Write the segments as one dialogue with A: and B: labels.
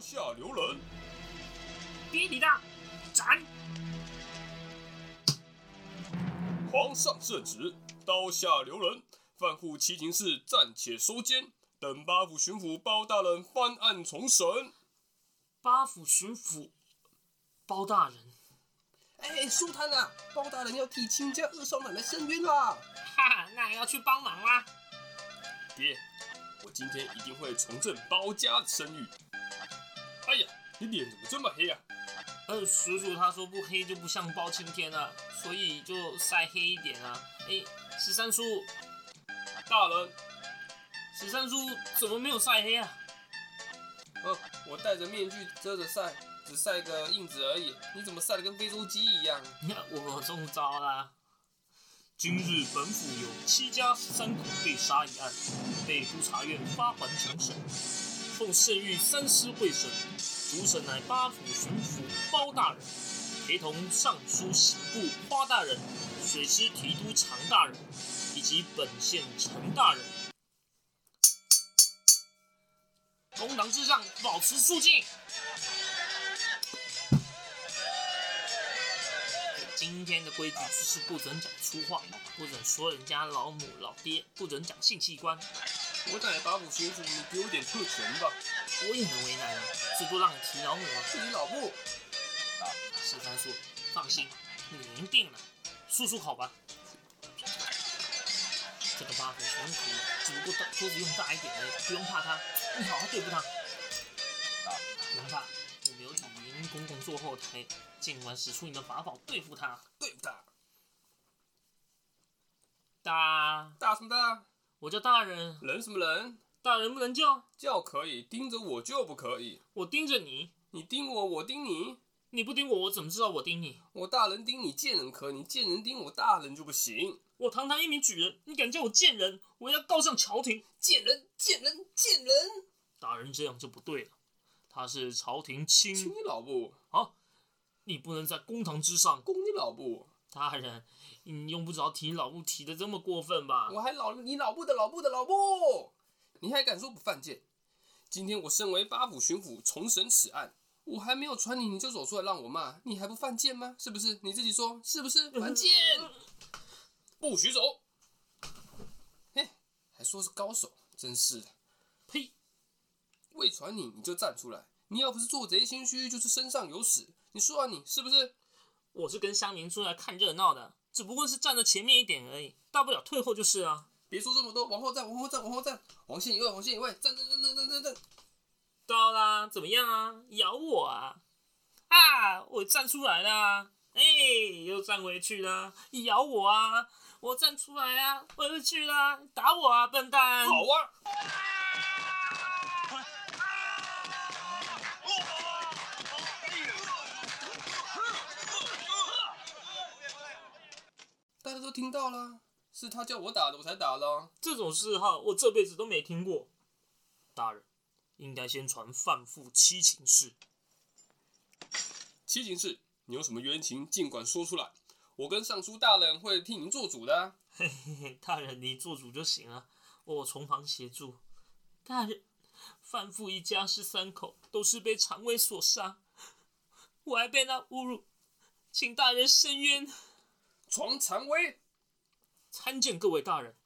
A: 下留人。
B: 逼你的，斩！
A: 皇上圣旨，刀下留人，犯户七情事暂且收监，等八府巡抚包大人翻案重审。
B: 八府巡抚包大人，
C: 哎，舒坦啊，包大人要替亲家二少奶奶申冤啦！
B: 哈哈， 那也要去帮忙啦。
A: 爹，我今天一定会重振包家的声誉。哎呀，你脸怎么这么黑啊？
B: 呃，叔叔他说不黑就不像包青天了，所以就晒黑一点啊。哎，十三叔，
A: 大人，
B: 十三叔怎么没有晒黑啊？
C: 嗯，我戴着面具遮着晒，只晒个印子而已。你怎么晒得跟非洲鸡一样？
B: 我中招啦！今日本府有七家十三口被杀一案，被督察院发还重审，奉圣谕三司会审，主审乃八府巡抚包大人，陪同尚书刑部花大人、水师提督常大人以及本县陈大人。公堂之上保持肃静。今天的规矩就是不准讲粗话，不准说人家老母老爹，不准讲性器官。
C: 我乃八府巡抚，你给我点特权吧。
B: 我也很为难啊，这都让你提老母了。
C: 是你老母，
B: 十三叔，放心，你赢定了，漱漱口吧。这个八股神图只不过大桌子用大一点而已，不用怕他，你好好对付他。不用怕，我们有李云公公做后台，尽管使出你的法宝对付他。
C: 对不大，
B: 大，
C: 大什么大？
B: 我叫大人，
C: 人什么人？
B: 大人不能叫，
C: 叫可以，盯着我就不可以。
B: 我盯着你，
C: 你盯我，我盯你。
B: 你不盯我，我怎么知道我盯你？
C: 我大人盯你贱人可以，你贱人盯我大人就不行。
B: 我堂堂一名举人，你敢叫我贱人，我要告上朝廷。
C: 贱人，贱人，贱人！
B: 大人这样就不对了，他是朝廷亲，
C: 亲你老母，
B: 你不能在公堂之上。
C: 公你老母，
B: 大人，你用不着提老母提的这么过分吧？
C: 我还老你老母的老母的老母，你还敢说不犯贱？今天我身为八府巡抚，重审此案，我还没有传你，你就走出来让我骂，你还不犯贱吗？是不是？你自己说是不是犯贱？
A: 不许走！
C: 还说是高手，真是的。
B: 呸！
C: 未传你，你就站出来。你要不是做贼心虚，就是身上有屎。你说啊你，是不是？
B: 我是跟乡民出来看热闹的，只不过是站在前面一点而已，大不了退后就是啊。
C: 别说这么多，往后站，往后站，往后站，黄线一位，黄线一位，站站站站站站站。
B: 到啦，怎么样啊？咬我啊！啊，我站出来啦！哎、又站回去啦！咬我啊！我站出来啊！回不去啦！打我啊，笨蛋！
A: 好啊，
C: 大家都听到了，是他叫我打的，我才打的哦。
B: 这种嗜好我这辈子都没听过。大人，应该先传范父七情事。
A: 七情事，你有什么冤情，尽管说出来，我跟尚书大人会替您做主的啊。
B: 嘿嘿， 大人你做主就行了，我从旁协助。大人，范父一家是三口，都是被常威所杀，我还被他侮辱，请大人伸冤。
C: 床常威，
B: 参见各位大人。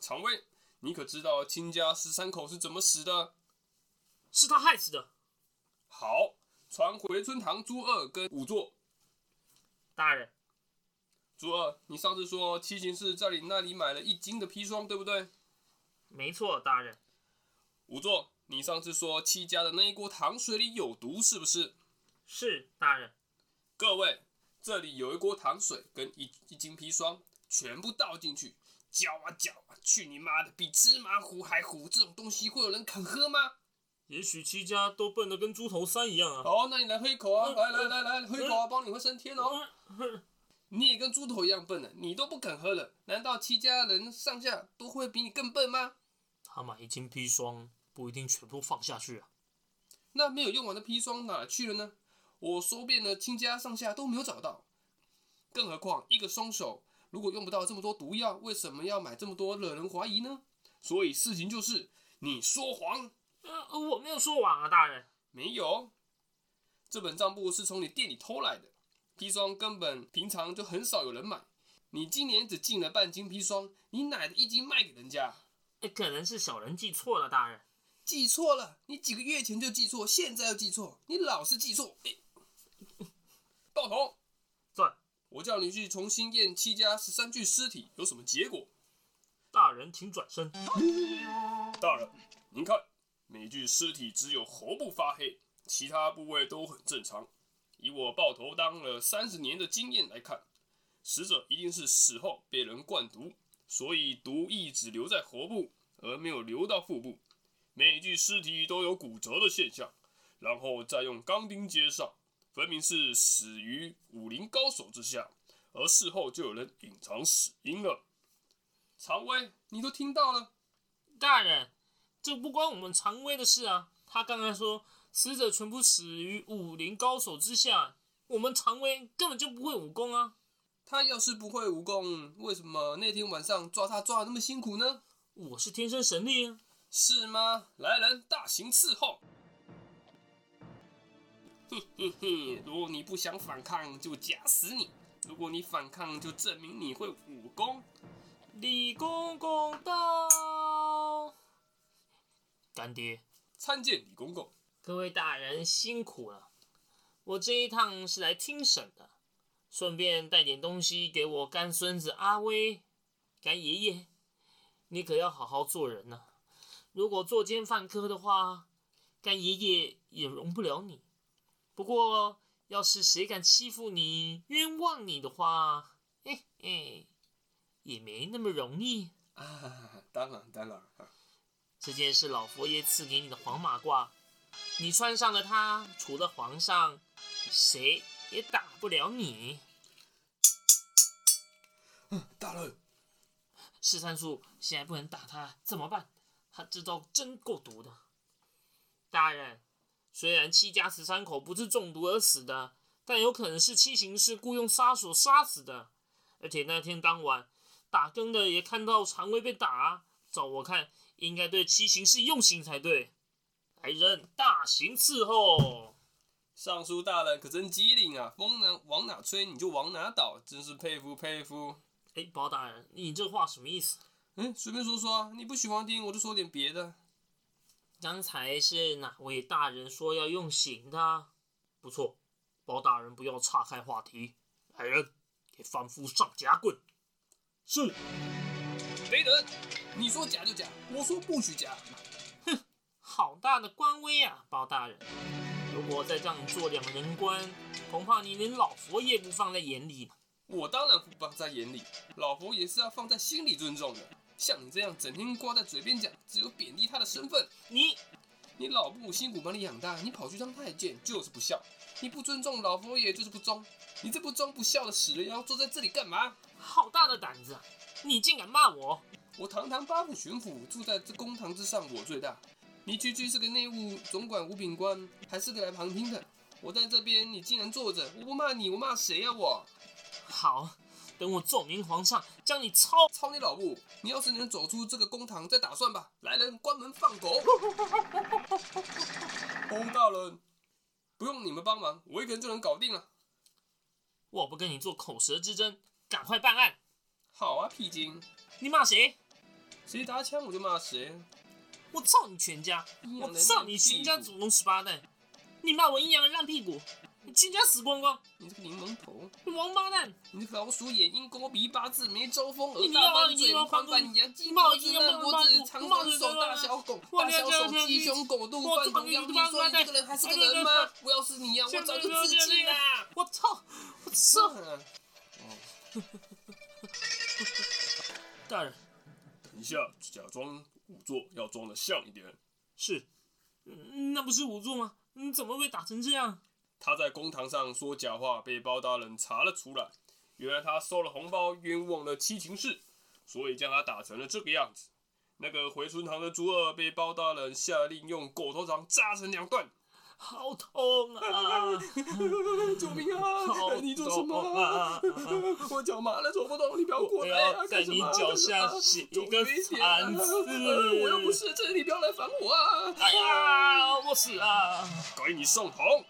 A: 常威，你可知道亲家十三口是怎么死的？
B: 是他害死的。
A: 好，传回春堂朱二跟仵作。
B: 大人，
A: 朱二，你上次说七情事在你那里买了一斤的砒霜，对不对？
B: 没错，大人，
A: 仵作，你上次说七家的那一锅糖水里有毒，是不是？
B: 是大人，
A: 各位，这里有一锅糖水跟一一斤砒霜，全部倒进去，搅啊搅啊，去你妈的！比芝麻糊还糊，这种东西会有人肯喝吗？
B: 也许七家都笨得跟猪头三一样啊。
A: 好，那你来喝一口啊！
B: 嗯
A: 来来来来，喝一口啊，帮你会升天哦！
B: 嗯
A: 你也跟猪头一样笨呢，你都不肯喝了，难道七家人上下都会比你更笨吗？
B: 他买一斤砒霜，不一定全部放下去啊。
A: 那没有用完的砒霜哪去了呢？我搜遍了亲家上下都没有找到，更何况一个松手，如果用不到这么多毒药，为什么要买这么多惹人怀疑呢？所以事情就是你说谎，
B: 呃，我没有说完啊，大人。
A: 没有，这本账簿是从你店里偷来的。砒霜根本平常就很少有人买，你今年只进了半斤砒霜，你哪来的一斤卖给人家？
B: 哎，可能是小人记错了，大人。
A: 记错了，你几个月前就记错，现在又记错，你老是记错。哎，爆头，
B: 在，
A: 我叫你去重新验七家十三具尸体，有什么结果？
B: 大人请转身。
A: 大人，您看，每具尸体只有喉部发黑，其他部位都很正常。以我爆头当了三十年的经验来看，死者一定是死后被人灌毒，所以毒液只留在喉部，而没有流到腹部。每具尸体都有骨折的现象，然后再用钢钉接上，分明是死于武林高手之下，而事后就有人隐藏死因了。常威，你都听到了。
B: 大人，这不关我们常规的事啊。他刚才说死者全部死于武林高手之下，我们常规根本就不会武功啊。
A: 他要是不会武功，为什么那天晚上抓他抓的那么辛苦呢？
B: 我是天生神力啊。
A: 是吗？来人，大刑伺候！嘿嘿嘿，如果你不想反抗，就夹死你；如果你反抗，就证明你会武功。
B: 李公公到，干爹，
A: 参见李公公。
B: 各位大人辛苦了。我这一趟是来听审的，顺便带点东西给我干孙子阿威、干爷爷。你可要好好做人呐、如果作奸犯科的话，干爷爷也容不了你。不过，要是谁敢欺负你、冤枉你的话，嘿嘿，也没那么容易。
A: 啊，当然当然。
B: 这件是老佛爷赐给你的黄马褂，你穿上了它，除了皇上，谁也打不了你。
A: 大人，
B: 试探术现在不能打他，怎么办？他这招真够毒的。大人，虽然七家十三口不是中毒而死的，但有可能是七行士雇佣杀手杀死的。而且那天当晚，打更的也看到常威被打，照我看，应该对七行士用刑才对。来人，大刑伺候！
A: 尚书大人可真机灵啊，风能往哪吹你就往哪倒，真是佩服佩服。
B: 哎，包大人，你这话什么意思？
A: 嗯，随便说说啊，你不喜欢听我就说点别的。
B: 刚才是哪位大人说要用刑的啊？不错，包大人不要岔开话题。来人，给范夫上夹棍！是，
A: 没人，你说假就假，我说不许假。
B: 好大的官威啊，包大人！如果再让你做两人官，恐怕你连老佛爷不放在眼里。
A: 我当然不放在眼里，老佛也是要放在心里尊重的。像你这样整天挂在嘴边讲，只有贬低他的身份。
B: 你
A: 你老母辛苦把你养大，你跑去当太监就是不孝，你不尊重老佛爷就是不忠。你这不忠不孝的死人妖坐在这里干嘛？
B: 好大的胆子啊！你竟敢骂我！
A: 我堂堂八府巡抚，住在这公堂之上，我最大。你区区是个内务总管五品官，还是个来旁听的。我在这边，你竟然坐着，我不骂你，我骂谁呀、我？
B: 好，等我奏明皇上，将你抄！
A: 操你老母！你要是能走出这个公堂，再打算吧。来人，关门放狗！欧大人，不用你们帮忙，我一个人就能搞定了。
B: 我不跟你做口舌之争，赶快办案！
A: 好啊，屁精，
B: 你骂谁？
A: 谁拿枪我就骂谁。
B: 我操你全家！我操你全家祖宗十八代！你骂我阴阳人烂屁股，你全家死光光！
A: 你这个柠檬头，
B: 你王八蛋！
A: 你这个老鼠眼，鹰钩鼻，八字眉，周风
B: 你
A: 额，
B: 要
A: 大
B: 啊
A: 弯
B: 你
A: 嘴，
B: 要
A: 宽
B: 帮
A: 板
B: 助
A: 牙，鸡
B: 骂
A: 脖
B: 我
A: 子，
B: 阴阳
A: 烂
B: 人
A: 脖
B: 帮
A: 子，
B: 助
A: 长
B: 我骂
A: 短
B: 人
A: 手，
B: 啊
A: 大小狗，
B: 我
A: 大
B: 这
A: 小
B: 这
A: 手，
B: 这
A: 鸡
B: 这
A: 胸狗肚，
B: 我
A: 饭
B: 这
A: 桶
B: 这
A: 腰，
B: 这
A: 你
B: 这
A: 说你
B: 这
A: 这个人还是个
B: 这这
A: 人吗
B: 这？
A: 我要是你呀，啊我
B: 这
A: 早
B: 这
A: 就
B: 这
A: 自嗯
B: 这
A: 尽
B: 这
A: 啦！
B: 我操！我操！大人
A: 等一下，假装仵作，要装的像一点。
B: 是，嗯那不是仵作吗？你怎么被打成这样？
A: 他在公堂上说假话，被包大人查了出来。原来他收了红包，冤枉了七情士，所以将他打成了这个样子。那个回春堂的朱二被包大人下令用狗头铳扎成两段。
B: 好痛啊！
A: 救命啊
B: 好！
A: 你做什么
B: 痛啊！
A: 我脚麻了，走不动，你不要过
B: 我
A: 来啊！
B: 要哎在
A: 干什
B: 你
A: 么啊
B: 脚
A: 干什么啊
B: 下写一
A: 走
B: 个
A: 远一点啊
B: 惨字。哎
A: 呃 我又不是这里，不要来烦我啊！
B: 哎呀，我死啊！
D: 该你上膛！